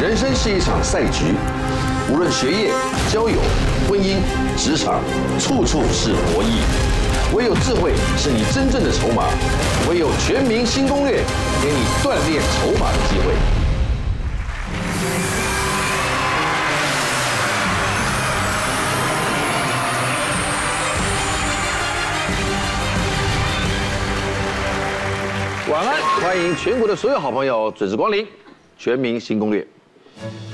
人生是一场赛局，无论学业、交友、婚姻、职场，处处是博弈。唯有智慧是你真正的筹码，唯有全民新攻略，给你锻炼筹码的机会。晚安，欢迎全国的所有好朋友准时光临《全民新攻略》。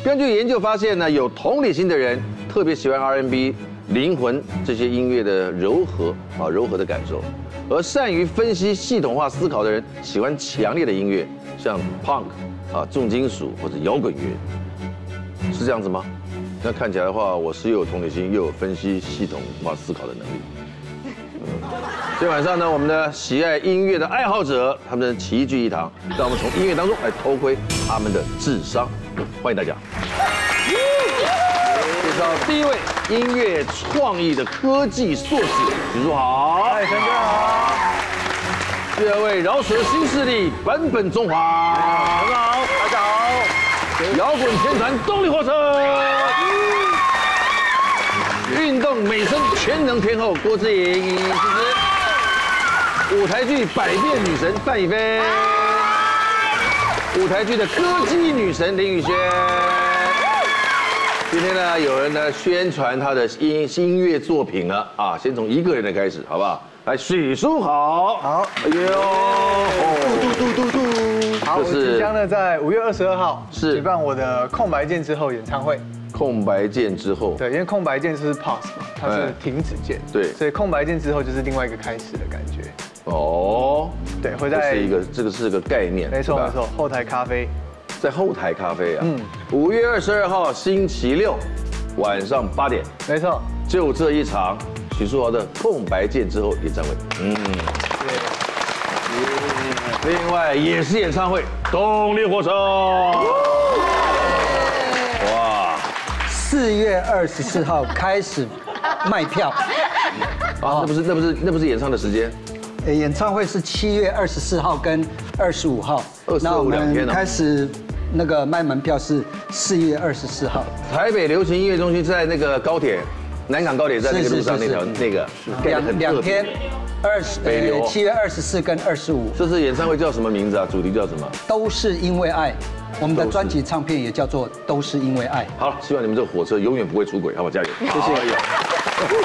根据研究发现呢，有同理心的人特别喜欢 R&B、灵魂这些音乐的柔和啊柔和的感受，而善于分析、系统化思考的人喜欢强烈的音乐，像 Punk 啊重金属或者摇滚乐，是这样子吗？那看起来的话，我是又有同理心，又有分析、系统化思考的能力。今天晚上呢，我们的喜爱音乐的爱好者，他们齐聚一堂，让我们从音乐当中来偷窥他们的智商。欢迎大家。介绍第一位音乐创意的科技硕士，许书豪。哎，陈哥好。第二位饶舌新势力版本中华，陈好，大家好。摇滚天团动力火车。运动美声全能天后郭志颖，思思；舞台剧百变女神范逸飞，舞台剧的歌姬女神林宇轩。今天呢，有人呢宣传他的音音乐作品了啊，先从一个人的开始，好不好？来，许书豪，好哎呦，嘟嘟嘟嘟。好，就我是即将呢在五月二十二号是举办我的空白键之后演唱会。空白键之后，对，因为空白键就是 pause 嘛，它哎是停止键。对所以空白键之后就是另外一个开始的感觉。哦，对，这会在是一个这个是个概念，没错对吧没错，后台咖啡。在后台咖啡啊。嗯嗯，五月二十二号星期六晚上八点，没错，就这一场许书豪的空白键之后演唱会，嗯，另外也是演唱会，动力火车。啊哇四月二十四号开始 卖票，啊，哦那不是那不是那不是演唱的时间，呃演唱会是七月二十四号跟二十五号25，我两天们哦开始那个卖门票是四月二十四号，台北流行音乐中心在那个高铁南港高铁站那个路上那是是是条那个，盖得很特两两别天。，二十北流呃七月二十四跟二十五这次演唱会叫什么名字啊？主题叫什么？都是因为爱，我们的都是专辑唱片也叫做都是因 为爱。好了，希望你们这个火车永远不会出轨，好不好？加油！谢谢。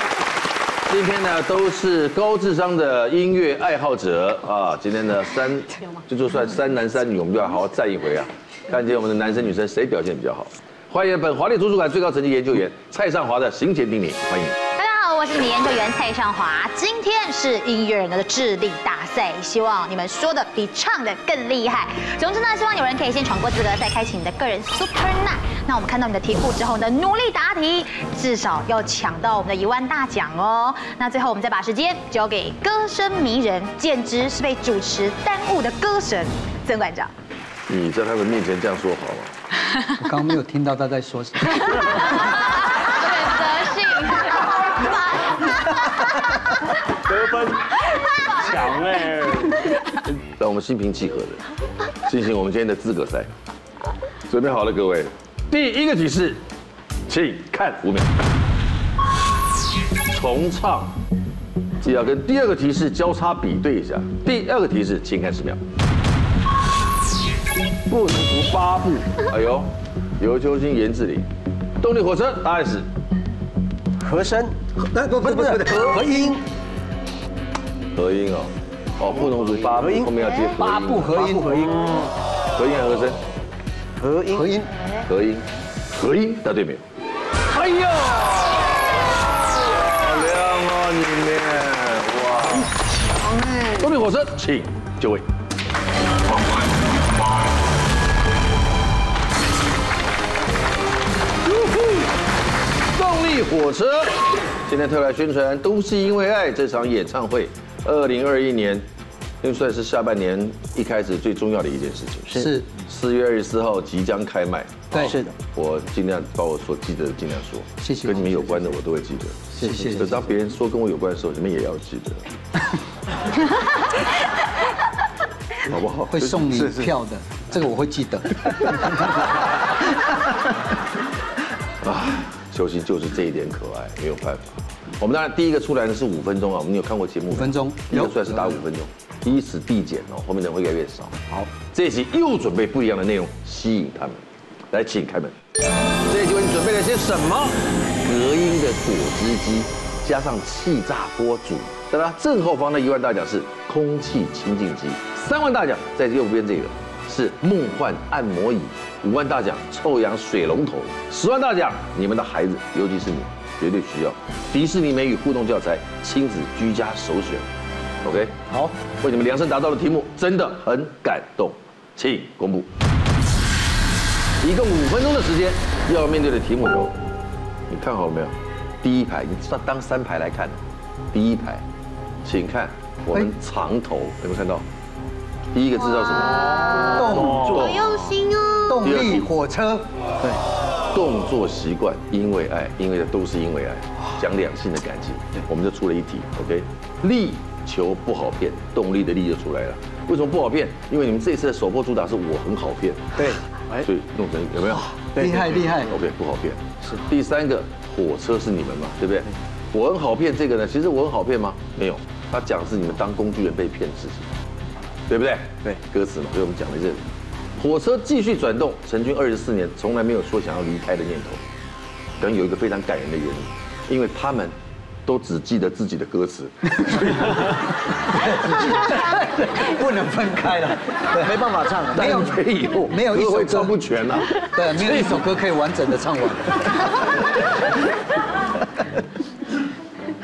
今天呢，都是高智商的音乐爱好者啊。今天呢，三就就算三男三女，我们就要好好站一回啊，看见我们的男生女生谁表现比较好。欢迎本华丽图书馆最高层级研究员蔡尚华的行前叮咛，欢迎。大家好，我是你们研究员蔡尚华。今天是音乐人的智力大赛，希望你们说的比唱的更厉害。总之呢，希望有人可以先闯过资格赛，开启你的个人 Super Nine。那我们看到你的题库之后呢，努力答题，至少要抢到我们的一万大奖哦。那最后我们再把时间交给歌声迷人，简直是被主持耽误的歌神曾馆长。你在他们面前这样说好吗？我刚刚没有听到他在说什么，选择性。得分强哎、 让我们心平气和的进行我们今天的资格赛。准备好了，各位，第一个提示，请看五秒。重唱，这要跟第二个提示交叉比对一下。第二个提示，请看十秒。不能不八步，哎呦，尤秋兴、严志玲，动力火车，答案是和声，不不不是和音，合音哦，哦，不能如八步，后面要接合音八步合音，合音，合音还啊是和声？合音，合音，合音，答对没有？哎呦，好亮哦，你们，哇，强哎！动力火车，请就位。动力火车，今天特来宣传《都是因为爱》这场演唱会，二零二一年，应算是下半年一开始最重要的一件事情。是四月二十四号即将开卖，对，是的，我尽量把我所记得的尽量说，谢谢跟你们有关的我都会记得，谢谢可当别人说跟我有关的时候，你们也要记得， 好不好？会送你就是票的，这个我会记得。球星就是这一点可爱，没有办法。我们当然第一个出来的是五分钟啊，我们有看过节目吗？五分钟第一个有出来是打五分钟，以此递减哦，后面人会越来越少。好，这一集又准备不一样的内容吸引他们，来，请开门。这一集为你准备了些什么？隔音的果汁机，加上气炸锅煮。当然，正后方的一万大奖是空气清净机，三万大奖在右边这个是梦幻按摩椅，五万大奖臭氧水龙头，十万大奖你们的孩子，尤其是你，绝对需要迪士尼美语互动教材，亲子居家首选。OK，好，为你们量身打造的题目真的很感动，请公布。一共五分钟的时间，要面对的题目有，你看好了没有？第一排，你算当三排来看，第一排，请看我们藏头，有没有看到？第一个字叫什么？动做用心哦。动力火车，动作习惯，因为爱，因为都是因为爱，讲两性的感情，我们就出了一题，OK？力求不好骗，动力的力就出来了。为什么不好骗？因为你们这次的首播主打是我很好骗， 对，哎所以弄成有没有？ 厉害厉害， OK，不好骗。是第三个，火车是你们嘛，对不对？我很好骗这个呢，其实我很好骗吗？没有，他讲的是你们当工具人被骗的事情，对不对？对，歌词嘛，所以我们讲了这个。火车继续转动，成军二十四年，从来没有说想要离开的念头。可能有一个非常感人的原因，因为他们都只记得自己的歌词，不能分开了，对，没办法唱了，但 没有是没有，没有歌一首会歌唱不全啊。对，没有一首歌可以完整的唱完。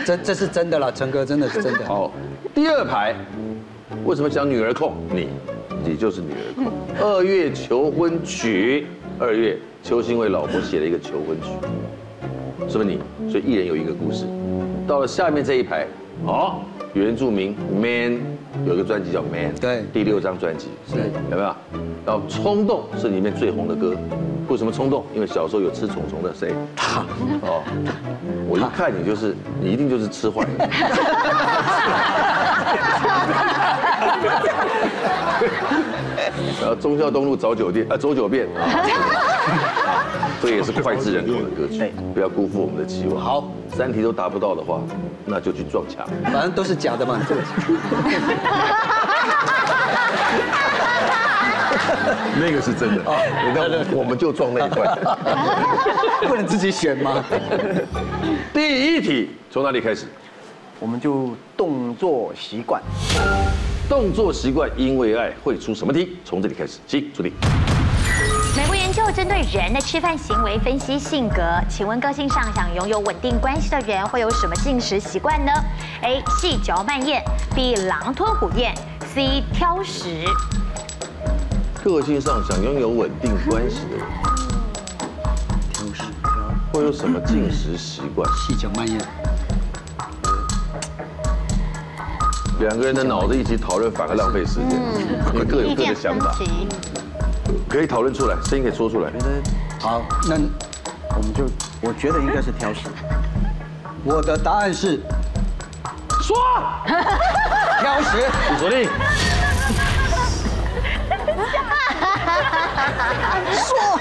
这这是真的啦，陈哥真的是真的。好，第二排为什么讲女儿控？你，你就是女儿控。二月求婚曲，二月邱兴为老婆写了一个求婚曲，是不是你？所以一人有一个故事。到了下面这一排，哦，原住民 Man 有一个专辑叫 Man，对第六张专辑是有没有？然后冲动是里面最红的歌，为什么冲动？因为小时候有吃虫虫的谁？他哦，我一看你就是你一定就是吃坏了。然后忠孝东路找酒店，啊，走九遍 啊，这也是脍炙人口的歌曲。不要辜负我们的期望。好，三题都达不到的话，那就去撞墙。反正都是假的嘛。那个是真的，那我们就撞那一块。不能自己选吗？ 第一题从哪里开始？我们就动作习惯，动作习惯因为爱会出什么题？从这里开始，请出题。美国研究针对人的吃饭行为分析性格，请问个性上想拥有稳定关系的人会有什么进食习惯呢？A. 细嚼慢咽，B. 狼吞虎咽，C. 挑食。个性上想拥有稳定关系的人，会有什么进食习惯？细嚼慢咽，两个人的脑子一起讨论，反而浪费时间，因为各有意各的见想分法，歧。可以讨论出来，声音可以说出来。好，那我们就我觉得应该是挑食，我的答案是说，挑食。锁定。说，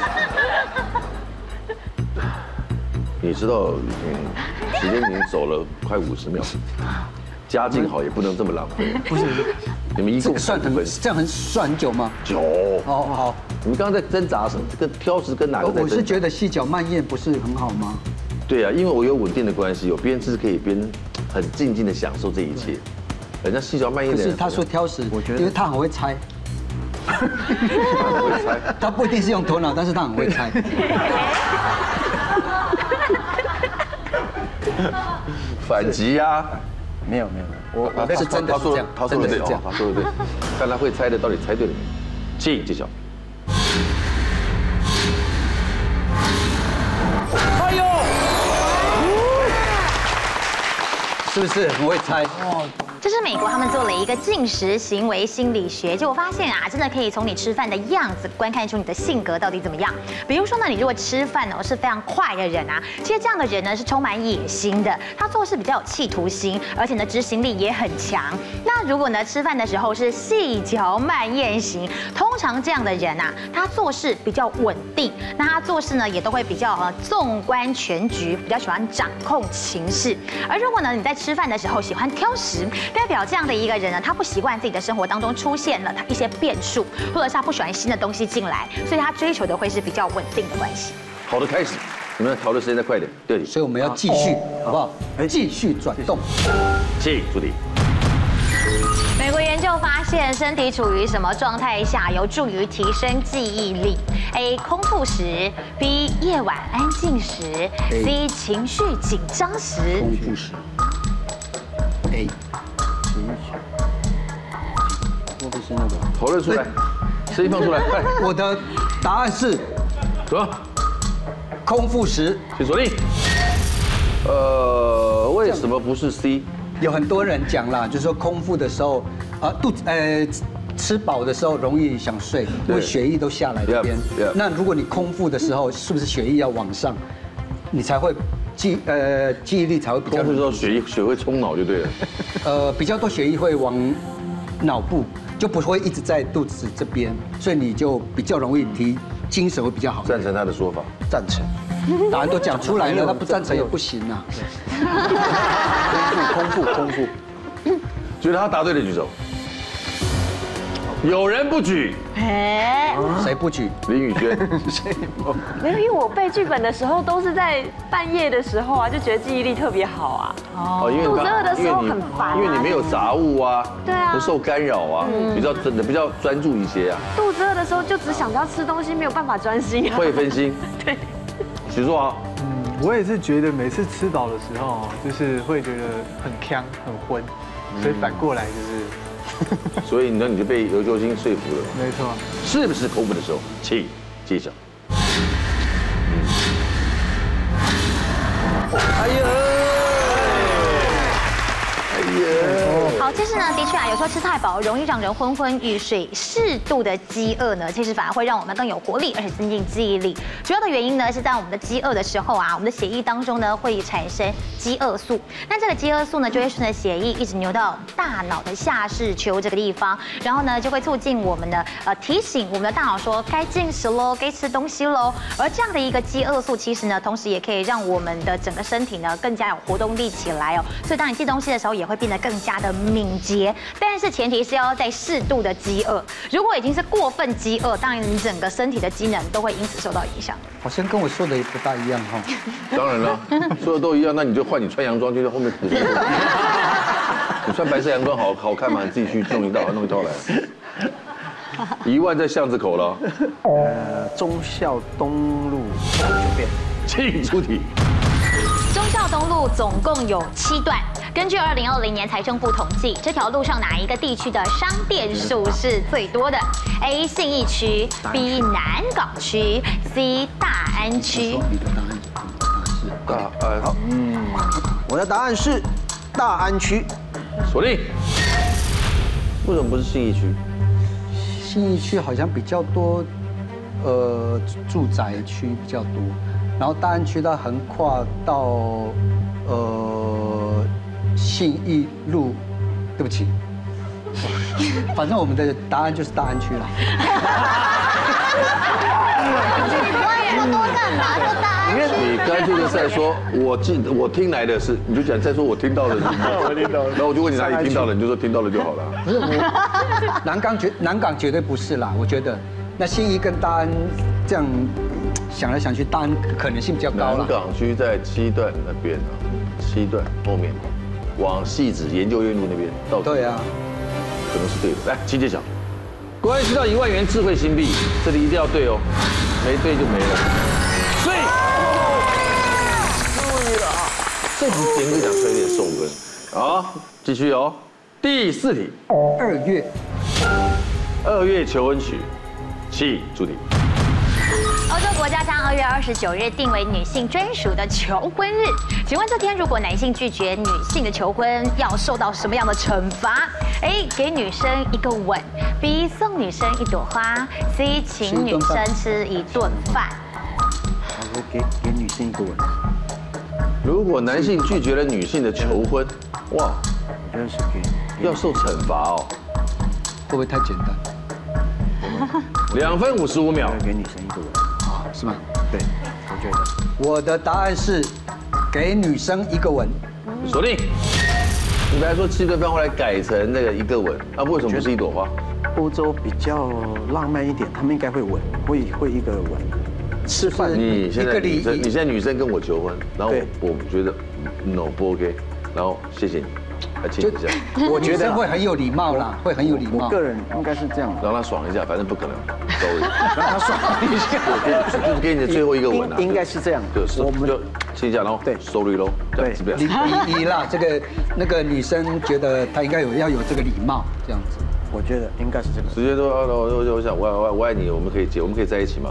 你知道，嗯，时间已经走了快五十秒，家境好也不能这么浪费。不是，你们一这共个算很分这样很算很久吗？九。哦好，哦你们刚刚在挣扎什么？这个挑食跟哪个在我挣扎？是觉得细嚼慢咽不是很好吗？对啊，因为我有稳定的关系，我边吃可以边很静静的享受这一切。人家细嚼慢咽可的人，是他说挑食，我觉得因为他很会猜，我会猜他不一定是用头脑，但是他很会猜。反击呀、没有没有，没有我啊是真的他是说这样他说的真的对是这哦样，他说 的对，看他会猜的到底猜对了没？请揭晓。是不是很会猜？这是美国他们做了一个进食行为心理学，结果发现啊，真的可以从你吃饭的样子观看出你的性格到底怎么样。比如说呢，你如果吃饭哦是非常快的人啊，其实这样的人呢是充满野心的，他做事比较有企图心，而且呢执行力也很强。那那如果呢吃饭的时候是细嚼慢咽型，通常这样的人啊，他做事比较稳定，那他做事呢也都会比较呃纵观全局，比较喜欢掌控情势。而如果呢你在吃饭的时候喜欢挑食，代表这样的一个人呢，他不习惯自己的生活当中出现了他一些变数，或者是他不喜欢新的东西进来，所以他追求的会是比较稳定的关系。好的开始，你们讨论时间再快一点。第二题，所以我们要继续，好不好哎？继续转动。请助理。美国研究发现，身体处于什么状态下有助于提升记忆力？A. 空腹时，B. 夜晚安静时，C. 情绪紧张时。空腹时，哎 A，情绪，会不会是那个？讨论出来，声音放出来，快，我的答案是走，空腹时。请锁定。呃，为什么不是 C？有很多人讲啦，就是说空腹的时候，啊，肚子呃吃饱的时候容易想睡，因为血液都下来这边 Yep, yep.。那如果你空腹的时候，是不是血液要往上，你才会记呃记忆力才会比较空腹之后血液血会冲脑就对了。呃比较多血液会往脑部，就不会一直在肚子这边，所以你就比较容易提精神会比较好。赞成他的说法。赞成，答案都讲出 来了，他不赞成也不行啊。空腹，空腹，空腹。觉得他答对的举手。有人不举，哎，谁不举？林宇轩，没有，因为我背剧本的时候都是在半夜的时候啊，就觉得记忆力特别好啊。哦，因为肚子饿的因时为候你很烦啊因为你没有杂物啊，对啊嗯不受干扰啊，比较真的比较专注一些啊，肚子饿的时候就只想到吃东西，没有办法专心啊。会分心。 对，许硕啊，我也是觉得每次吃饱的时候，就是会觉得很呛、很昏，嗯所以反过来就是，所以呢你就被尤秀星说服了，没错，是不是空腹的时候？请揭晓。哎呀，哎呀。好，其实呢，的确啊，有时候吃太饱容易让人昏昏欲睡，适度的饥饿呢，其实反而会让我们更有活力，而且增进记忆力。主要的原因呢，是在我们的饥饿的时候啊，我们的血液当中呢会产生饥饿素，那这个饥饿素呢就会顺着血液一直流到大脑的下视丘这个地方，然后呢就会促进我们的呃提醒我们的大脑说该进食喽，该吃东西喽。而这样的一个饥饿素，其实呢，同时也可以让我们的整个身体呢更加有活动力起来哦。所以当你记东西的时候，也会变得更加的敏捷。但是前提是要在适度的饥饿，如果已经是过分饥饿，当然你整个身体的机能都会因此受到影响。好像跟我说的也不大一样哈、当然了，说的都一样，那你就换你穿洋装，就在后面补充。你穿白色洋装好好看吗？你自己去弄一道，弄一套来。一万在巷子口了，呃，忠孝东路九遍。请出题。忠孝东路总共有七段。根据二零二零年财政部统计，这条路上哪一个地区的商店数是最多的？A. 信义区，B. 南港区，C. 大安区。你的答案是大安，好，我的答案是大安区。锁定。为什么不是信义区？信义区好像比较多，呃，住宅区比较多，然后大安区它横跨到呃信义路，对不起， 反正我们的答案就是大安区了。你刚才就是在说，我记得我听来的是，你就讲再说我听到的是。我听到了然后我就问你哪里听到了，你就说听到了就好了。不是我，南港绝南港绝对不是啦，我觉得那信义跟大安这样想来想去，大安可能性比较高南了。港区在七段那边啊，七段后面，往戏子研究院路那边到。对啊。可能是对的。来，请揭晓。关系到一万元智慧新币，这里一定要对哦，没对就没了。所以，对了，啊这题严格讲出来有点受跟。好，继续哦。第四题，二月二月求婚曲，起主题。欧洲国家将二月二十九日定为女性专属的求婚日。请问这天如果男性拒绝女性的求婚，要受到什么样的惩罚？A. 给女生一个吻；B. 送女生一朵花；C. 请女生吃一顿饭。我给给女性一个吻，我如果男性拒绝了女性的求婚，哇，觉得是给给要受惩罚哦。会不会太简单两分五十五秒要，给女生一个吻，啊？是吗？对，我觉得我的答案是，给女生一个吻。锁定。你本来说七对半，后来改成那个一个吻，啊，为什么不是一朵花？欧洲比较浪漫一点，他们应该会吻，会会一个吻，吃饭你现在一个礼女生，你现在女生跟我求婚，然后对我我觉得嗯 no 不 OK，然后谢谢你，来亲一下， 我觉得会很有礼貌啦，会很有礼我貌个。人应该是这样的，让她爽一下，反正不可能，sorry， 让他爽一下，就是就是给你的最后一个吻啊，应应该是这样对，是我们就亲一下，然后对 sorry 喽，这样对是不礼是？礼仪啦，这个那个女生觉得她应该有要有这个礼貌，这样子。我觉得应该是这个。直接说，啊我我我想我爱我爱我爱你，我们可以结，我们可以在一起吗？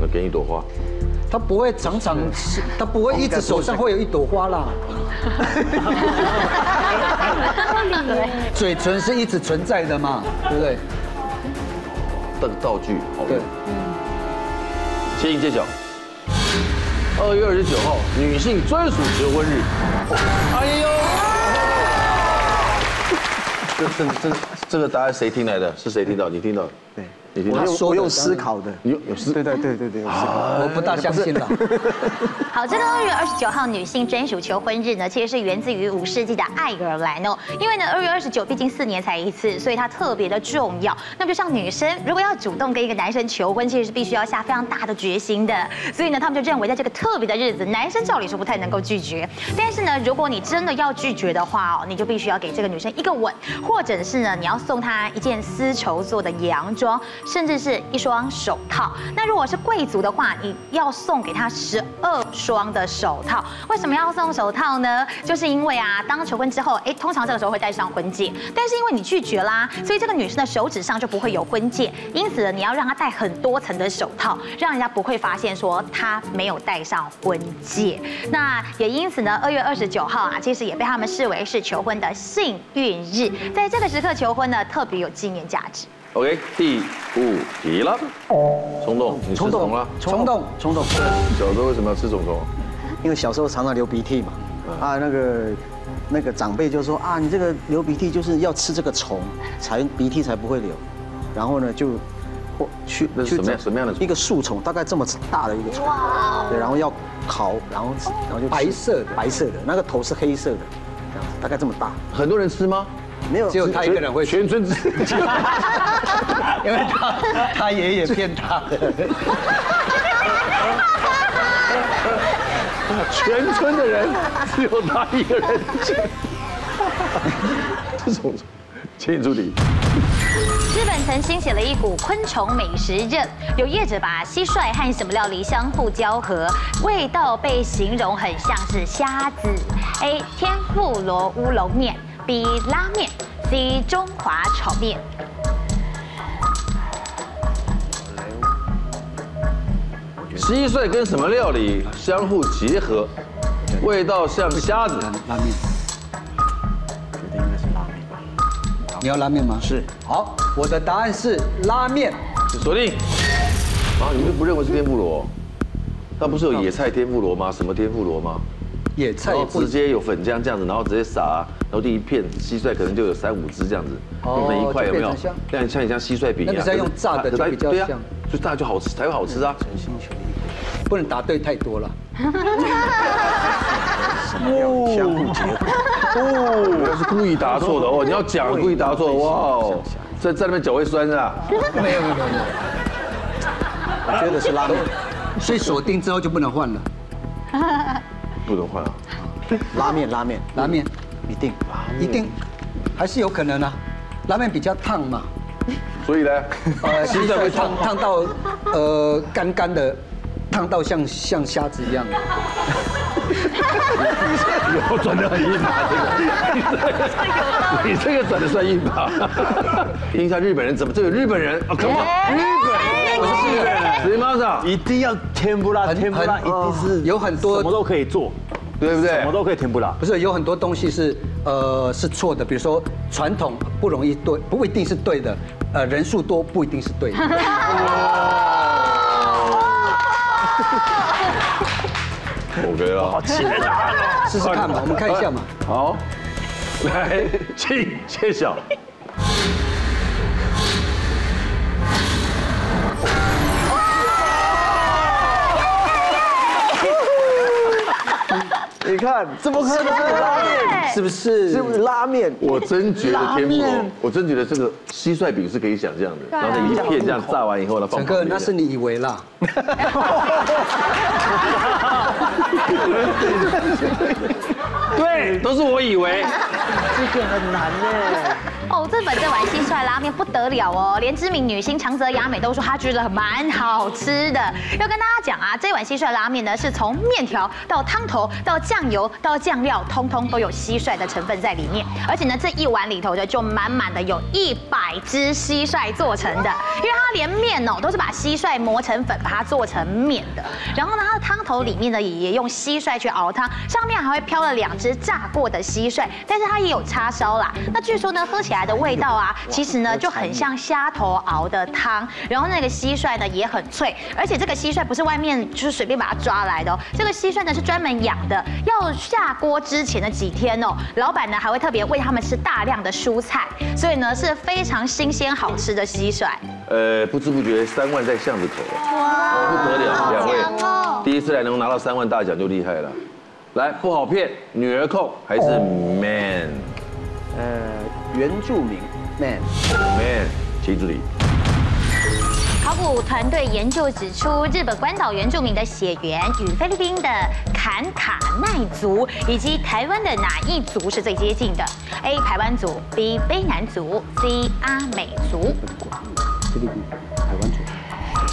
那给你一朵花，她不会常常，她不会一直手上会有一朵花 啦。嘴唇是一直存在的嘛，对不对？这个道具好用对。请揭晓。二月二十九号，女性专属求婚日。哎呦！ 这这这这个答案谁听来的？是谁听到？你听到？对，你听我到他？用说的我用思考的，你有有是对对对对对，我思考我不大相信啦。呃好，这个二月二十九号女性专属求婚日呢，其实是源自于五世纪的爱尔兰哦。因为呢，二月二十九毕竟四年才一次，所以它特别的重要。那么就像女生如果要主动跟一个男生求婚，其实是必须要下非常大的决心的。所以呢，他们就认为在这个特别的日子，男生照理说不太能够拒绝。但是呢，如果你真的要拒绝的话哦，你就必须要给这个女生一个吻，或者是呢，你要送她一件丝绸做的洋装，甚至是一双手套。那如果是贵族的话，你要送给她十二双的手套。为什么要送手套呢？就是因为啊，当求婚之后，哎，通常这个时候会戴上婚戒，但是因为你拒绝啦，所以这个女生的手指上就不会有婚戒，因此呢，你要让她戴很多层的手套，让人家不会发现说她没有戴上婚戒。那也因此呢，二月二十九号啊，其实也被他们视为是求婚的幸运日，在这个时刻求婚呢，特别有纪念价值。 OK，第五题了。冲动，你吃虫了？冲动，冲动，小时候为什么要吃虫虫？因为小时候常常流鼻涕嘛，啊那个那个长辈就说啊你这个流鼻涕就是要吃这个虫，才鼻涕才不会流，然后呢就。或去那是去什么样找什么样的虫一个树虫，大概这么大的一个虫，对，然后要烤，然后然后就吃白色的白色的，那个头是黑色的，这样大概这么大，很多人吃吗？没有只有他一个人会，全村吃。因为他他爷爷骗他的。全村的人只有他一个人去。这种，请你助理。日本曾兴起了一股昆虫美食热，有业者把蟋蟀和什么料理相互交合，味道被形容很像是虾子。A. 天妇罗乌龙面，B. 拉面，C. 中华炒面。蟋蟀跟什么料理相互结合，味道像虾子。拉面，觉得应该是拉面吧。你要拉面吗？是。好，我的答案是拉面。锁定。啊，你们不认为是天妇罗？那不是有野菜天妇罗吗？什么天妇罗吗？野菜然后也不直接有粉浆这样子，然后直接撒，然后第一片蟋蟀可能就有三五只这样子，哦弄成一块有没有就变成像？那像像蟋蟀饼一样，那个是要用炸可的是它就比较对啊像就炸就好吃，才会好吃啊。不能答对太多了。相互结合，哦，我是故意答错的 哦，你要讲故意答错，哇哦，在在那边脚会酸是吧？没有没有没有。我觉得是拉面，所以锁定之后就不能换了。不能换啊，拉面拉面拉面一定，一定还是有可能啊，拉面比较烫嘛，所以呢，呃，蟋蟀会烫烫，烫到呃干干的，烫到像像虾子一样。我转的很硬吧？这个，你这个转的算硬吧？ 听一下日本人怎么，这个日本人啊，干嘛？日本人，我是日本人，谁妈上？一定要天不辣，很天不辣一很哦定是有很多什么都可以做，对不对什么都可以天不辣。不是有很多东西是呃是错的，比如说传统不容易对，不一定是对的，呃人数多不一定是对的。 ？OK 了，天啊，啊试试看嘛，我们看一下嘛。好，来，请揭晓。你看，这不喝的是拉面，是不是？哎是不是拉面？我真觉得天拉婆面，我真觉得这个蟋蟀饼是可以想象的，啊然后一片这样炸完以后呢，放陈哥，旁边那是你以为啦。对，都是我以为。哦，这本在玩蟋蟀拉面不得了哦，连知名女星长泽雅美都说她觉得蛮好吃的。要跟大家讲啊，这碗蟋蟀拉面呢，是从面条到汤头到酱油到酱料，通通都有蟋蟀的成分在里面。而且呢，这一碗里头呢，就满满的有一百只蟋蟀做成的，因为它连面哦都是把蟋蟀磨成粉，把它做成面的。然后呢，它的汤头里面呢也用蟋蟀去熬汤，上面还会飘了两只炸过的蟋蟀，但是它也有叉烧啦。那据说呢，喝起来的味道啊，其实呢就很像虾头熬的汤，然后那个蟋蟀呢也很脆，而且这个蟋蟀不是外面就是随便把它抓来的哦，这个蟋蟀呢是专门养的，要下锅之前的几天哦，老板呢还会特别喂他们吃大量的蔬菜，所以呢是非常新鲜好吃的蟋蟀。呃，不知不觉三万在巷子口了，不得了，两位，第一次来能拿到三万大奖就厉害了。来，不好骗，女儿控还是 man 哦呃，原住民 man。 man，请助理。考古团队研究指出，日本关岛原住民的血缘与菲律宾的坎卡奈族以及台湾的哪一族是最接近的？A. 台湾族，B. 卑南族，C. 阿美族。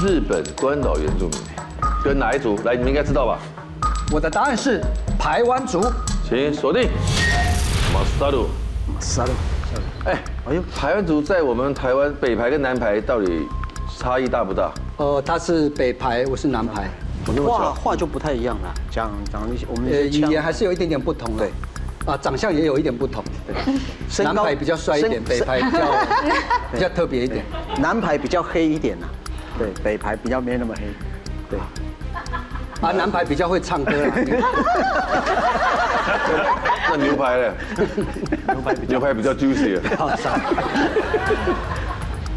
日本关岛原住民跟哪一组？来，你们应该知道吧？我的答案是台湾族。请锁定。马斯达鲁，杀了。哎，哎呦，台湾族在我们台湾北排跟南排到底差异大不大？呃，他是北排，我是南排，话话就不太一样了，讲讲一些我们呃，一语些言腔还是有一点点不同的。啊，长相也有一点不同，身高南排比较帅一点，身北排比 较比较特别一点。南排比较黑一点呐，对，北排比较没那么黑，对。啊，南排比较会唱歌 啊，那牛排嘞？牛排比较 juicy。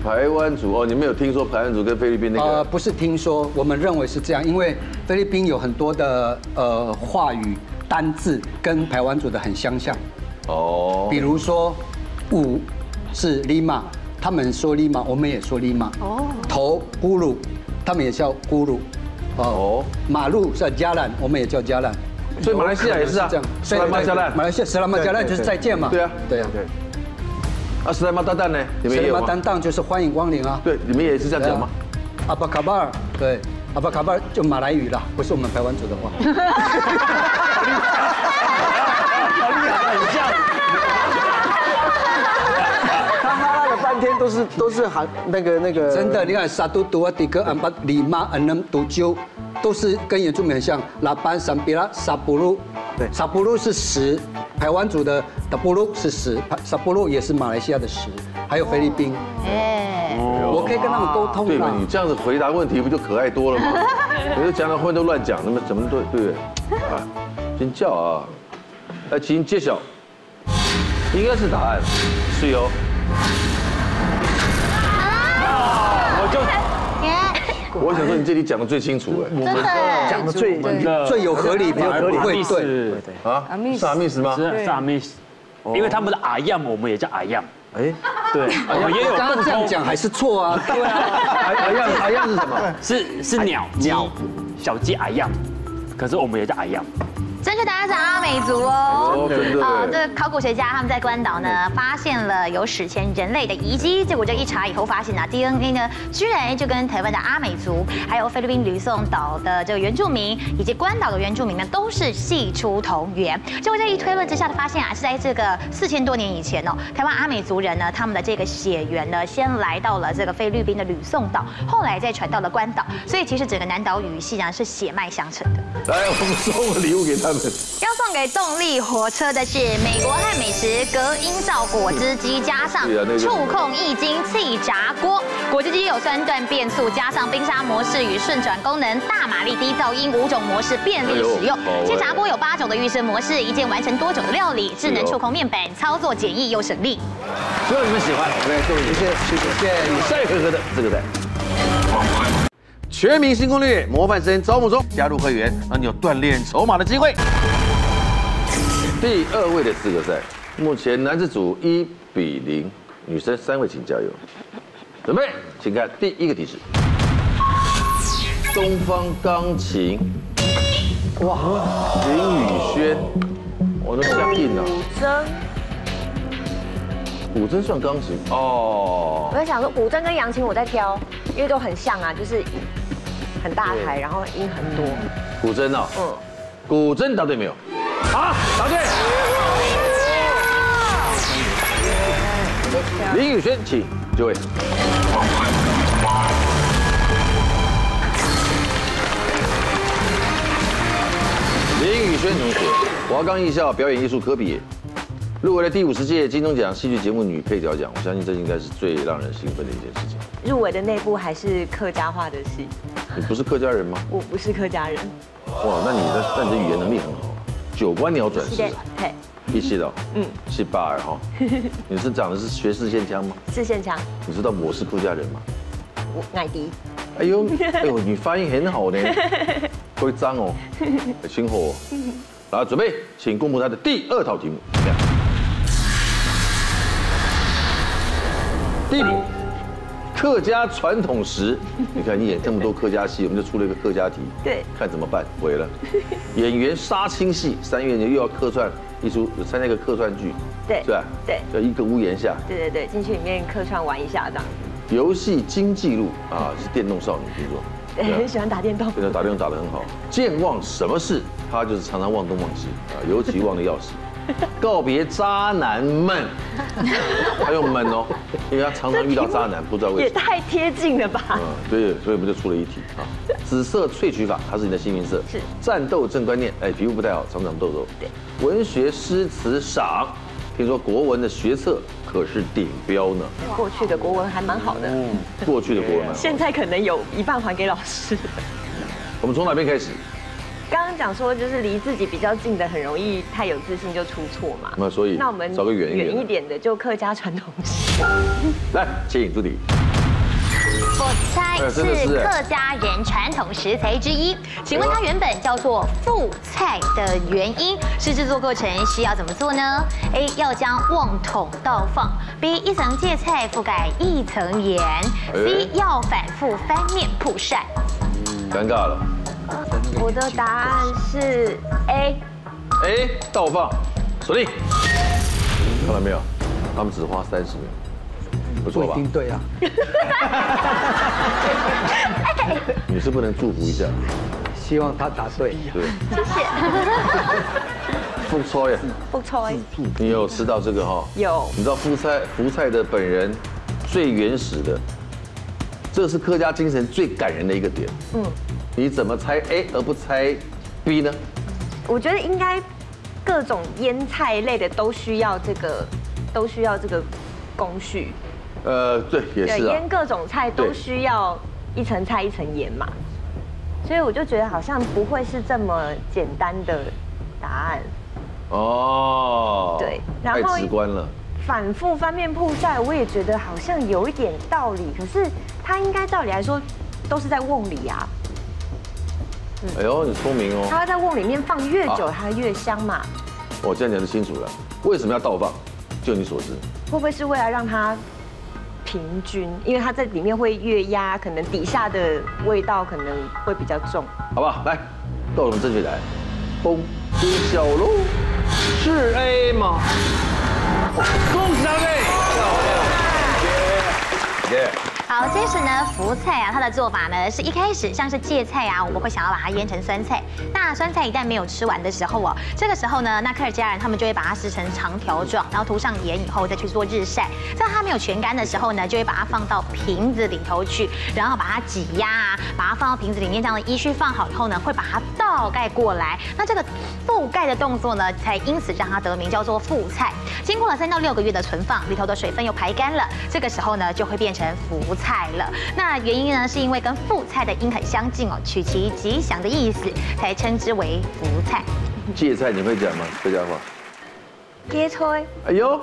台湾族哦，你们有听说台湾族跟菲律宾那呃，个？不是听说，我们认为是这样，因为菲律宾有很多的呃话语单字跟台湾族的很相像，哦比，如说五是 lima，他们说 lima，我们也说 lima。哦。头咕噜，他们也叫咕噜。哦哦。马路叫加兰，我们也叫加兰。所以马来西亚也是啊这样。斯拉马加兰马来西亚斯拉马加兰就是再见嘛。对啊对啊。对。啊，斯莱马大蛋呢？你们斯也拉有马吗丹？当就是欢迎光临啊。对，你们也是这样讲吗？阿巴卡巴尔，对，阿巴卡巴尔就马来语啦，不是我们台湾族的话。他哈拉了半天都是都是韩那个那个真的，你看沙都多迪格安巴里马安能独鸠，都是跟原住民很像。拉班三比拉沙布鲁，对沙布鲁是十，台湾族的达布鲁是十，沙布鲁也是马来西亚的十，还有菲律宾。哎，我可以跟他们沟对啊通啊嘛啦？。你这样子回答问题不就可爱多了 吗？有的讲到后面都乱讲，那么怎么对对？啊，请叫啊，来，请揭晓，应该是答案，是哦由我想说你这里讲的最清楚哎。真的讲的最真的最有合理，反而不会对。对对，啊啊，miss 是啊，miss 吗？是萨米斯，因为他们的阿样，我们也叫阿样。哎，对，我们也有我刚共刚这样通，讲还是错啊，对啊。阿样阿样是什么？是是鸟鸟小鸡阿样，可是我们也叫阿样。正确答案是阿美族哦。哦，真的。哦，这考古学家他们在关岛呢发现了有史前人类的遗迹，结果这一查以后发现啊，DNA 呢居然就跟台湾的阿美族，还有菲律宾吕宋岛的这个原住民，以及关岛的原住民呢都是系出同源。结果这一推论之下的发现啊，是在这个四千多年以前哦，台湾阿美族人呢他们的这个血缘呢先来到了这个菲律宾的吕宋岛，后来再传到了关岛，所以其实整个南岛语系呢是血脉相承的。来，我们送个礼物给他们。要送给动力火车的是美国汉美食隔音罩果汁机，加上对啊那个触控液晶气炸锅。果汁机有酸断变速，加上冰沙模式与顺转功能，大马力、低噪音五种模式便利使用哎呦好。煎炸锅有八种的预设模式，一键完成多种的料理，智能哦触控面板，操作简易又省力。希望你们喜欢，对，各位谢谢谢谢谢，晒呵呵的这个在。全民新攻略模范生招募中，加入会员让你有锻炼筹码的机会。第二位的资格赛，目前男子组一比零，女生三位请加油。准备，请看第一个提示：东方钢琴，哇，林宇轩，我都相应了。真，古筝算钢琴哦我，在想说古筝跟扬琴我在挑，因为都很像啊，就是很大台，然后音很多。古筝哦，嗯，古筝答对没有？啊，答对。林宇轩，请就位。林宇轩同学，华冈艺校表演艺术科毕业，入围了第五十届金钟奖戏剧节目女配角奖。我相信这应该是最让人兴奋的一件事情。入围的那部还是客家话的戏，你不是客家人吗？我不是客家人，哇，那你的那你的语言能力很好，九官鸟转是世的啊，嘿，一系的，嗯，是八二哈。你是长的是学四线腔吗？是现场，你知道我是客家人吗？我乃迪，哎呦，哎呦，你发音很好呢，会脏哦，很辛苦哦。好，准备，请公布他的第二套题目。这样第一题，客家传统食，你看你演这么多客家戏，我们就出了一个客家题，对看怎么办，毁了。演员杀青戏，三月你又要客串一出，有参加一个客串剧，对是吧？对叫一个屋檐下，对对对，进去里面客串玩一下这样，游戏经济录啊，是电动少女，听说。对， 很喜欢打电动，现在打电话打得很好，健忘什么事，他就是常常忘东忘西啊，尤其忘的要 死。告别渣男们，他用闷哦，因为他常常遇到渣男，不知道为也什么。太贴近了吧？嗯，对，所以我们就出了一题啊。紫色萃取法，它是你的幸运色，是战斗正观念，哎，皮肤不太好，常长痘痘。对，文学诗词赏，听说国文的学测可是顶标呢，过去的国文还蛮好的，过去的国文蛮好啊 现在可能有一半还给老师。我们从哪边开始？刚刚讲说，就是离自己比较近的，很容易太有自信就出错嘛。那所以那我们找个远一点的远一点的，就客家传统戏。来，请助理。我猜哎是真的是哎客家人传统食材之一。请问它原本叫做副菜的原因是制作过程需要怎么做呢？A. 要将瓮桶倒放；B. 一层芥菜覆盖一层盐；C. 要反复翻面曝晒。尴尬了，我的答案是 A，哎，倒放，锁定，看到没有？他们只花三十秒，不 不错一吧？定对啊。你是不能祝福一下，希望他答对。对。谢谢。不错耶，不错，你有吃到这个哈、有你知道福菜福菜的本人最原始的，这是客家精神最感人的一个点。嗯。你怎么猜 A 而不猜 B 呢？我觉得应该各种腌菜类的都需要这个，都需要这个工序。呃，对，也对，是啊。腌各种菜都对需要一层菜一层盐嘛。所以我就觉得好像不会是这么简单的答案。哦。对然太后直观了。反复翻面曝晒，我也觉得好像有一点道理，可是它应该照理来说都是在瓮里啊，嗯哎呦，你聪明哦。它会在瓮里面放越久，啊它越香嘛。我这样讲就清楚了，为什么要倒放？就你所知，会不会是为了让它平均？因为它在里面会越压，可能底下的味道可能会比较重。好不好？来，告诉我们正确答案。嘣，揭晓喽，是 A 吗？恭喜答对，漂亮，耶！好，其实呢，福菜啊，它的做法呢是一开始像是芥菜啊，我们会想要把它腌成酸菜。那酸菜一旦没有吃完的时候哦，这个时候呢，那科尔家人他们就会把它撕成长条状，然后涂上盐以后再去做日晒。在它没有全干的时候呢，就会把它放到瓶子里头去，然后把它挤压啊，把它放到瓶子里面这样的依序放好以后呢，会把它倒盖过来。那这个覆盖的动作呢，才因此让它得名叫做覆菜。经过了三到六个月的存放，里头的水分又排干了，这个时候呢，就会变成福菜。菜了。那原因呢，是因为跟副菜的音很相近哦，取其吉祥的意思，才称之为福菜。芥菜你会讲吗？客家话？椰菜哎呦，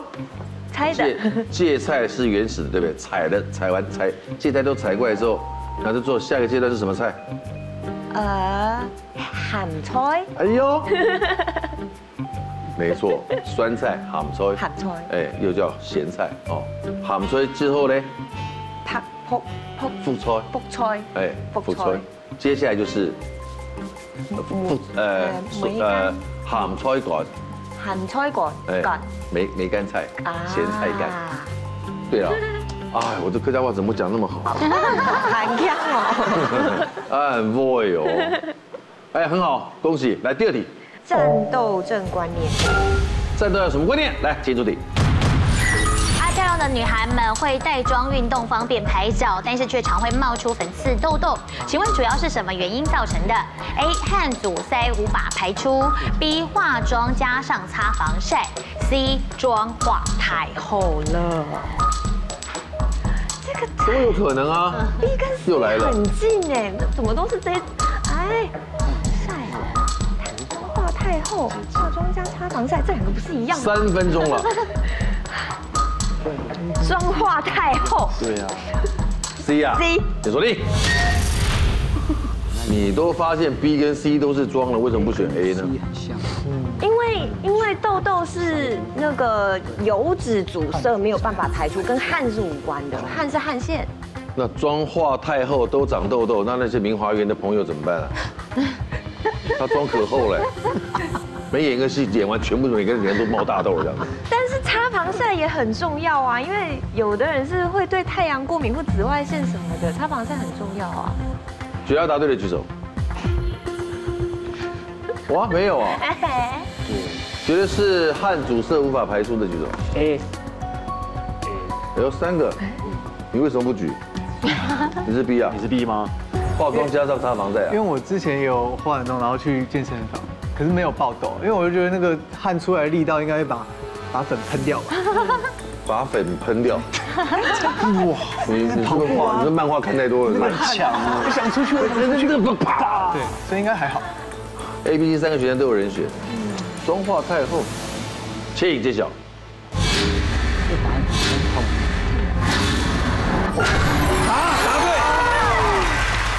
猜的芥芥菜是原始的，对不对？采的，采完采芥菜都采过来之后，然后就做下一个阶段是什么菜？呃咸菜哎 呦，没错，酸菜、咸菜、咸菜哎，又叫咸菜哦。咸菜之后呢，拍扑扑副菜，卜菜哎，卜菜，接下来就是副呃梅呃干咸菜干，咸菜啊干干，梅梅干菜，哎咸菜干。啊对了，哎，我这客家话怎么讲那么好？ 咸姜哦。哎，很会哦。哎，很好，恭喜！来第二题，战斗症观念，战斗要有什么观念？来，请出题。啊，漂亮的女孩们会带妆运动方便拍照，但是却常会冒出粉刺痘痘。请问主要是什么原因造成的？A. 和阻塞无法排出；B. 化妆加上擦防晒；C. 妆化太哦厚了。怎么有可能啊？又来了很。近哎，那怎么都是这一？哎，晒，妆化太厚，化妆加擦防晒，这两个不是一样吗？ 三分钟了。妆化太厚，对呀、c 呀、 C 你说定。你都发现 B 跟 C 都是装了，为什么不选 A 呢？很像。因为因为痘痘是那个油脂阻塞没有办法排出，跟汗是无关的，汗是汗腺。那妆化太厚都长痘痘，那那些明华园的朋友怎么办啊？他妆可厚嘞，没演个戏，演完全部每个人都冒大痘这样。但是擦防晒也很重要啊，因为有的人是会对太阳过敏或紫外线什么的，擦防晒很重要啊。只要答对的举手。哇，没有啊，觉得是汗阻塞无法排出的举手。哎，哎呦，三个，你为什么不举？你是 B 啊你？是 B 吗？化妆加上擦防晒因为啊？我之前有化完妆，然后去健身房，可是没有爆痘，因为我就觉得那个汗出来的力道应该会把把粉喷掉吧。把粉喷掉。 哇，你你这个画，你这漫画看太多了是吧强啊！不想出去，我想出去。对，所以应该还好。 ？A、B、C 三个学生都有人选，妆化太厚，请揭晓。啊，答对！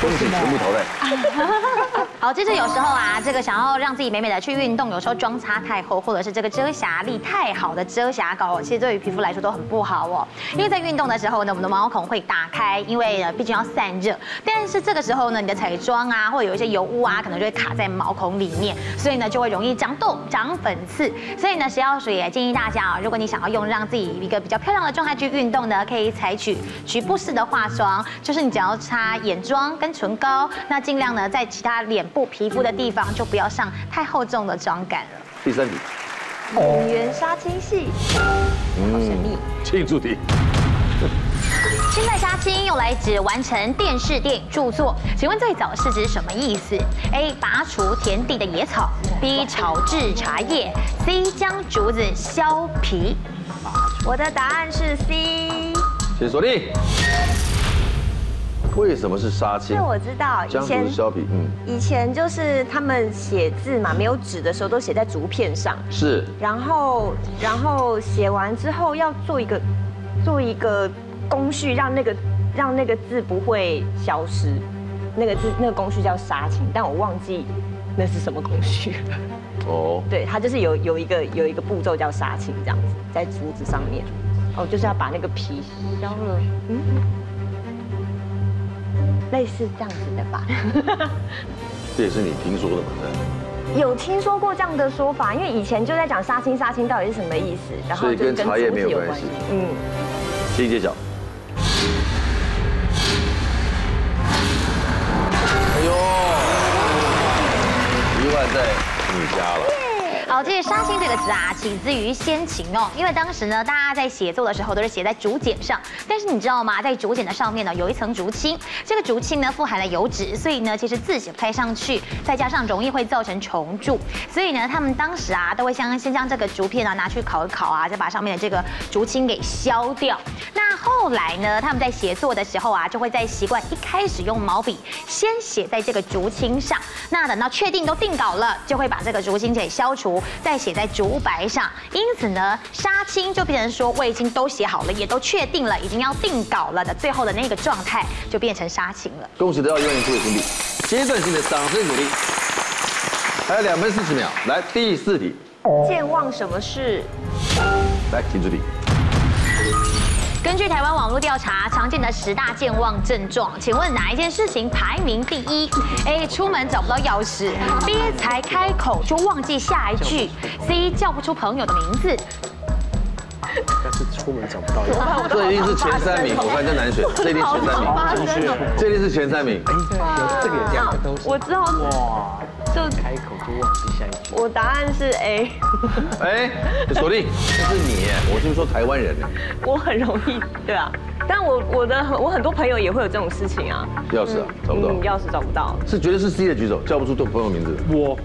恭喜全部淘汰。好，接着有时候啊，这个想要让自己美美的去运动，有时候妆擦太厚，或者是这个遮瑕力太好的遮瑕膏哦，其实对于皮肤来说都很不好哦。因为在运动的时候呢，我们的毛孔会打开，因为呃毕竟要散热。但是这个时候呢，你的彩妆啊，或者有一些油污啊，可能就会卡在毛孔里面，所以呢就会容易长痘、长粉刺。所以呢，食药水也建议大家啊，如果你想要用让自己一个比较漂亮的状态去运动呢，可以采取局部式的化妆，就是你只要擦眼妆跟唇膏，那尽量呢在其他脸部皮肤的地方就不要上太厚重的妆感了。第三题，五元杀青戏，好神秘。庆祝题。清代杀青用来指完成电视电影著作，请问最早是指什么意思？A. 拔除田地的野草；B. 炒制茶叶；C. 将竹子削皮。我的答案是 C，请锁定。为什么是杀青这？我知道，江以湖前是削皮，嗯，以前就是他们写字嘛，没有纸的时候都写在竹片上，是然后然后写完之后要做一个做一个工序，让那个让那个字不会消失。那个字那个工序叫杀青，但我忘记那是什么工序。哦。对，它就是有有一个有一个步骤叫杀青，这样子在竹子上面。哦，就是要把那个皮削了，嗯，类似这样子的吧。 这也是你听说的嘛？对有听说过这样的说法，因为以前就在讲杀青，杀青到底是什么意思，然所后以就跟跟茶叶竹没子有有关关系系。嗯，请揭晓。哎呦，一万在你家了。好，这个杀青这个词啊，起自于先秦哦，因为当时呢，大家在写作的时候都是写在竹简上，但是你知道吗？在竹简的上面呢，有一层竹青，这个竹青呢富含了油脂，所以呢，其实字写不太上去，再加上容易会造成虫蛀，所以呢，他们当时啊，都会先先将这个竹片啊拿去烤一烤啊，再把上面的这个竹青给削掉。那后来呢，他们在写作的时候啊，就会在习惯一开始用毛笔先写在这个竹青上，那等到确定都定稿了，就会把这个竹青给消除，再写在竹白上。因此呢，杀青就变成说我已经都写好了，也都确定了，已经要定稿了的最后的那个状态，就变成杀青了。恭喜得到一万元出的兄弟，阶段性的掌声鼓励。还有两分四十秒，来第四题，健忘什么事？来请出题。根据台湾网络调查，常见的十大健忘症状，请问哪一件事情排名第一？A. 出门找不到钥匙；B. 才开口就忘记下一句；C. 叫不出朋友的名字。但是出门找不到。这一定是前三名，我看真难选，这一定是前三名，发生了，这一定是前三名。这个也都我知道，哇，就开口就忘记下一句。我答案是 A， 哎，锁定，这是你，我是说台湾人呢，我很容易，对啊。但我我的我很多朋友也会有这种事情啊，钥匙啊找不到嗯，，钥匙找不到，是绝对是 C 的举手，叫不出朋友名字。我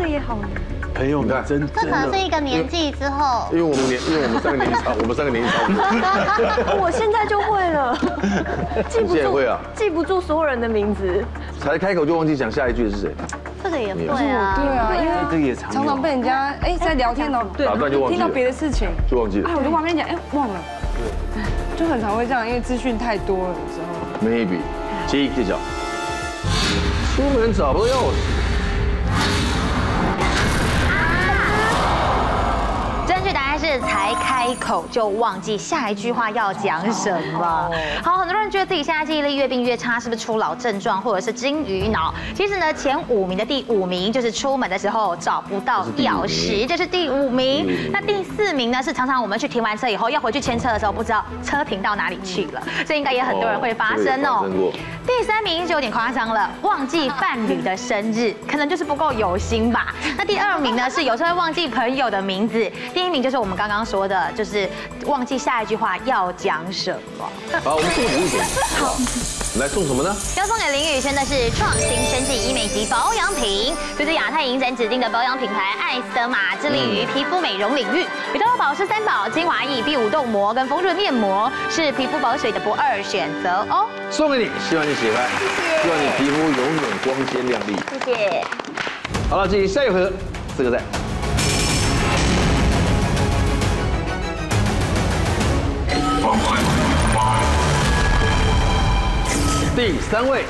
这也好难。朋友你们看真这可真能是的一个年纪之后因为我们年，因为我们三个年纪差，我们三个年纪差不多。 我现在就会 了，记不现在住会啊记不住所有人的名字，才开口就忘记讲下一句是谁，这个也会对啊，对啊，因为这个也常常常被人家哎在聊天哦，打断啊就忘记听到了，别的事情，就忘记了哎，我就旁边讲哎忘了，就很常会这样，因为资讯太多了之 后， ，maybe。揭揭晓，出门找不到钥匙，正确答案是才开口就忘记下一句话要讲什么。好，很多人觉得自己现在记忆力越病越差，是不是初老症状或者是金鱼脑？其实呢，前五名的第五名就是出门的时候找不到钥匙，这是第五名。那第四名呢是常常我们去停完车以后要回去牵车的时候，不知道车停到哪里去了，这应该也很多人会发生哦哦这个也发生过。第三名就有点夸张了，忘记伴侣的生日， 可能就是不够有心吧。那第二名呢，是有时候会忘记朋友的名字。第一名就是我们刚刚说的，就是忘记下一句话要讲什么。好，我们送礼物给你，好不好来送什么呢？要送给林宇轩的是创新生技医美及保养品，就是亚太影展指定的保养品牌艾斯德玛，致力于皮肤美容领域。宇多宝是三宝精华液、B 五冻膜跟丰润面膜，是皮肤保水的不二选择哦。送给你，希望你喜欢，希望你皮肤永远光鲜亮丽。谢谢。好了，进行下一回合，四个赞。第三位，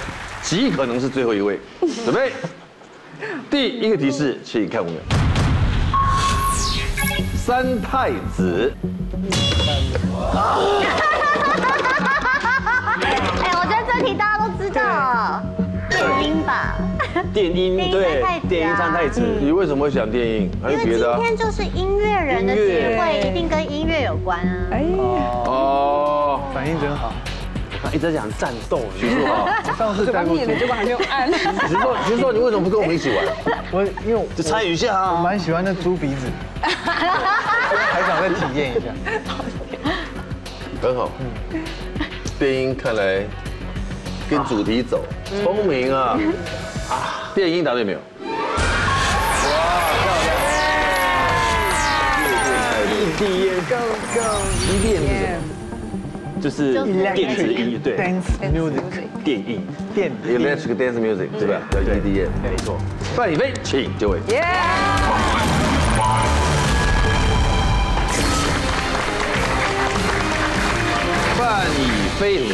极可能是最后一位，准备。 第一个提示，请看我们。三太子， 哎，我觉得这题大家都知道，电音吧，电音电音三对太子啊，电音三太子，你为什么会想电影？还因有为别的、今啊？天就是音乐人的聚会，一定跟音乐有关啊。哎，哦，反应真好。哎一直在讲战斗，徐硕啊，上次嘴巴带过去灭，了就把它用按。徐硕，徐硕，你为什么不跟我们一起玩？我因为我就参与一下我啊。蛮喜欢那猪鼻子，还想再体验一下。很好。电音看来跟主题走，聪明啊！啊，电音答对没有？哇，漂亮！异地烟一电是什就是电子音，对， Dance music 电音。电么？Electric Dance Music 对吧？E 叫 EDM，没错。范以飞，请就位。范以飞同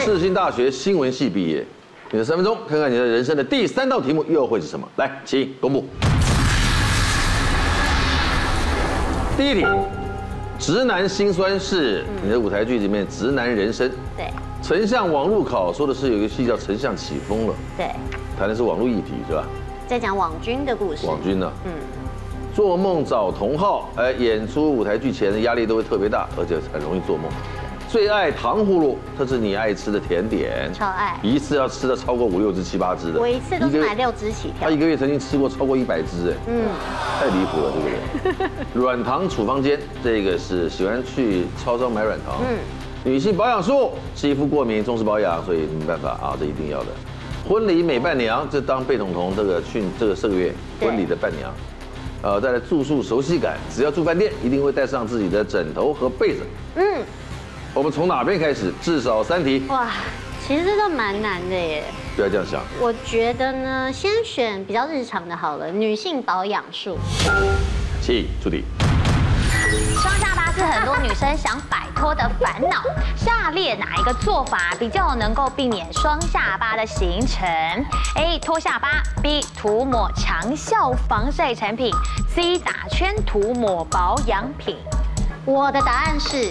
学，世新大学新闻系毕业。你的三分钟，看看你的人生的第三道题目又会是什么？来，请公布。第一题，直男心酸是你的舞台剧里面直男人生。对丞相网路考说的是有一个戏叫《丞相起风了对，》，谈的是网络议题是吧？在讲网军的故事。网军呢、嗯做梦找同号，哎，演出舞台剧前的压力都会特别大，而且很容易做梦。最爱糖葫芦，这是你爱吃的甜点，超爱一次要吃的超过五六只、七八只的。我一次都个是买六只起跳他一。个月曾经吃过超过一百只，哎，嗯，太离谱了，对不对？ 软糖处方间，这个是喜欢去超商买软糖。嗯，女性保养术，肌肤过敏，重视保养，所以没办法啊，这一定要的。婚礼美伴娘，这当贝彤彤这个去这个这个月对婚礼的伴娘，呃，再来住宿熟悉感，只要住饭店，一定会带上自己的枕头和被子。嗯，我们从哪边开始？至少三题，哇，其实这都蛮难的耶。不要这样想。我觉得呢，先选比较日常的好了，女性保养术。请出题。双下巴是很多女生想摆脱的烦恼。下列哪一个做法比较能够避免双下巴的形成？A. 脱下巴，B. 涂抹长效防晒产品，C. 打圈涂抹保养品。我的答案是，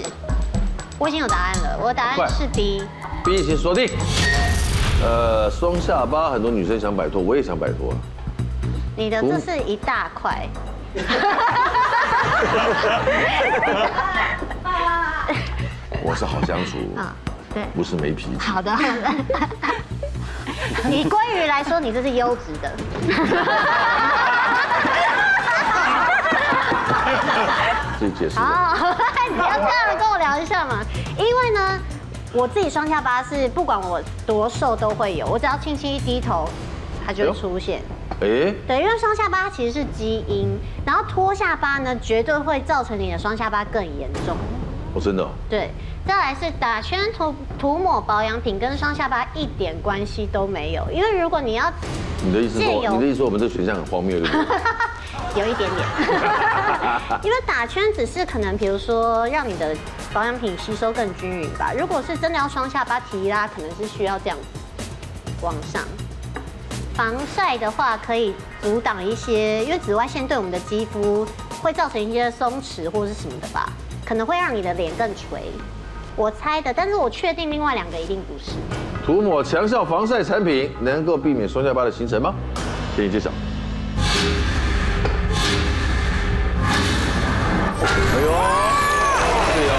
我已经有答案了，我的答快案是 B。 B 型锁定。呃，双下巴很多女生想摆脱，我也想摆脱。啊 你的这是一大块，我是好相处 啊对不是没脾气。好的。好的 以鲑鱼来说，你这是优质的。自己解释的。 哦，你不要这样跟我聊一下嘛，因为呢，我自己双下巴是不管我多瘦都会有，我只要轻轻一低头，它就会出现。哎，对，因为双下巴其实是基因，然后脱下巴呢，绝对会造成你的双下巴更严重。我真的哦对，再来是打圈涂涂抹保养品，跟双下巴一点关系都没有。因为如果你要你的意思借说，由你的意思说我们这个选项很荒谬，对不对？有一点点，因为打圈只是可能，比如说让你的保养品吸收更均匀吧。如果是真的要双下巴提拉，可能是需要这样往上。防晒的话，可以阻挡一些，因为紫外线对我们的肌肤会造成一些松弛或是什么的吧，可能会让你的脸更垂。我猜的，但是我确定另外两个一定不是。涂抹强效防晒产品能够避免双下巴的形成吗？请你揭晓。哎呦，对哦，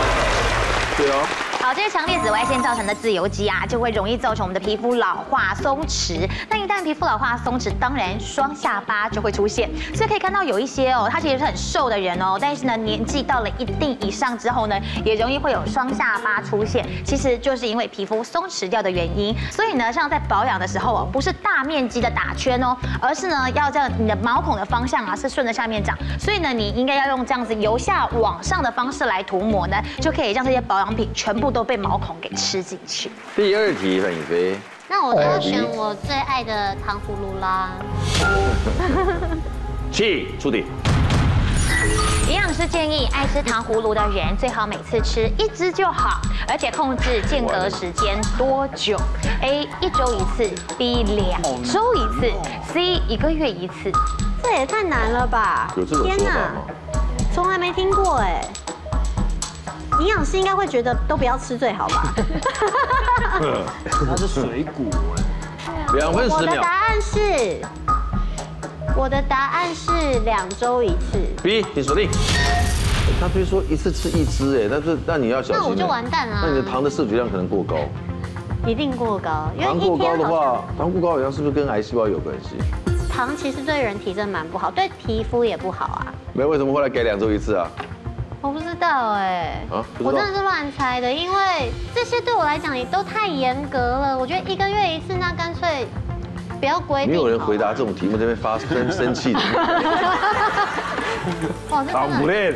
对哦。好，这些强烈紫外线造成的自由基啊，就会容易造成我们的皮肤老化松弛。那一旦皮肤老化松弛，当然双下巴就会出现。所以可以看到有一些哦，他其实是很瘦的人哦，但是呢，年纪到了一定以上之后呢，也容易会有双下巴出现。其实就是因为皮肤松弛掉的原因。所以呢，像在保养的时候哦，不是大面积的打圈哦，而是呢要这样，你的毛孔的方向啊是顺着下面长。所以呢，你应该要用这样子由下往上的方式来涂抹呢，就可以让这些保养品全部都被毛孔给吃进去。第二题，范颖飞，那我就要选我最爱的糖葫芦啦。请出题。营养师建议，爱吃糖葫芦的人最好每次吃一只就好，而且控制间隔时间多久？A 一周一次，B 两哦周一次，C 一个月一次。这也太难了吧！有这种说法吗？从来没听过哎。营养师应该会觉得都不要吃最好吧？它是水果两分我十的秒答。案是，我的答案是两周一次。 B，你锁定。他非说一次吃一只，哎，但是那你要小心。欸那我就完蛋啦啊那你的糖的摄取量可能过高，一定过高，因为糖一过高天的好话，糖过高好像是不是跟癌细胞有关系？像糖其实对人体真的蛮不好，对皮肤也不好啊。没，为什么后来改两周一次啊？我不知道哎、啊不知道我真的是乱猜的，因为这些对我来讲也都太严格了。我觉得一个月一次，那干脆不要规定。没有人回答啊这种题目，这边发生生气的。 好吗。哇，这糖真不的练，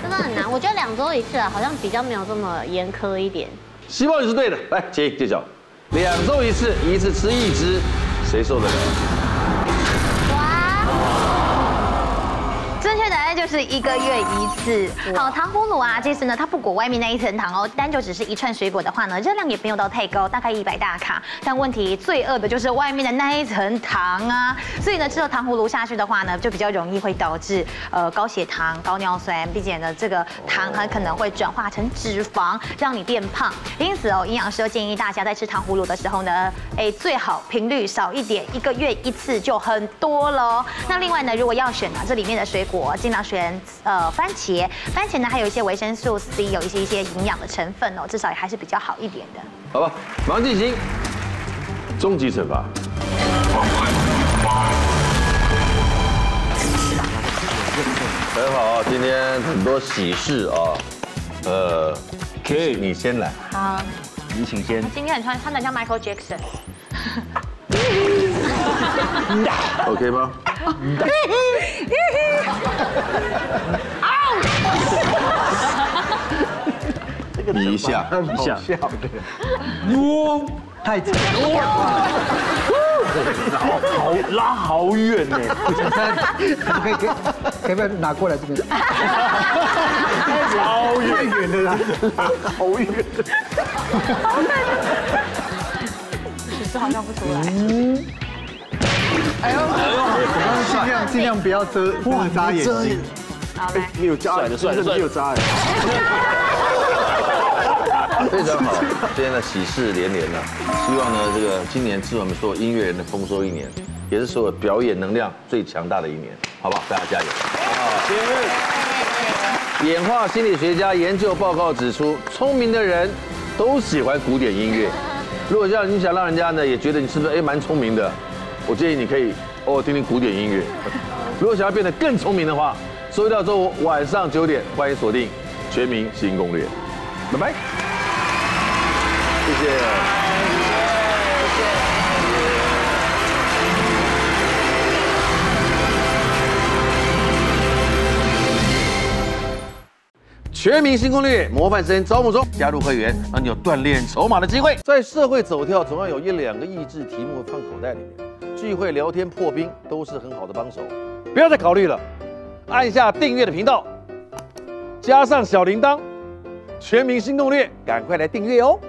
真的很难。我觉得两周一次啊，好像比较没有这么严苛一点。希望你是对的。来，请揭晓。两周一次，一次吃一只，谁受得了？啊正确答案就是一个月一次。好，糖葫芦啊，其实呢，它不裹外面那一层糖哦，单就只是一串水果的话呢，热量也没有到太高，大概一百大卡。但问题最恶的就是外面的那一层糖啊，所以呢，吃了糖葫芦下去的话呢，就比较容易会导致呃高血糖、高尿酸，并且呢，这个糖很可能会转化成脂肪，让你变胖。因此哦，营养师就建议大家在吃糖葫芦的时候呢，哎，最好频率少一点，一个月一次就很多了哦。那另外呢，如果要选啊，这里面的水果，尽量选。全呃番茄，番茄呢还有一些维生素 C，有一些一些营养的成分哦，至少也还是比较好一点的。好吧，马上进行终极惩罚。很好啊，今天很多喜事啊，呃，K，你先来，好，你请先。今天很穿穿的像 Michael Jackson。 OK 吗？一下一下，哟，太强好好拉好远呢，可以可以可以不可以拿过来这边？超太远。远了啦， 好远。哎呦， 尽量尽量不要遮遮扎眼睛。好来，你有扎算了算了算了有扎哎。 非常好，今天的喜事连连呐、希望呢，这个今年是我们所有音乐人的丰收一年，也是所有表演能量最强大的一年，好不好？大家加油！演化心理学家研究报告指出，聪明的人都喜欢古典音乐。如果让你想让人家呢也觉得你是不是哎蛮聪明的，我建议你可以偶尔听听古典音乐。如果想要变得更聪明的话，周一到周五晚上九点，欢迎锁定《全民新攻略》，拜拜，谢谢。全民新攻略模范生招募中，加入会员让你有锻炼筹码的机会。在社会走跳，总要有一两个益智题目放口袋里面，聚会聊天破冰都是很好的帮手。不要再考虑了，按下订阅的频道，加上小铃铛，全民新攻略，赶快来订阅哦。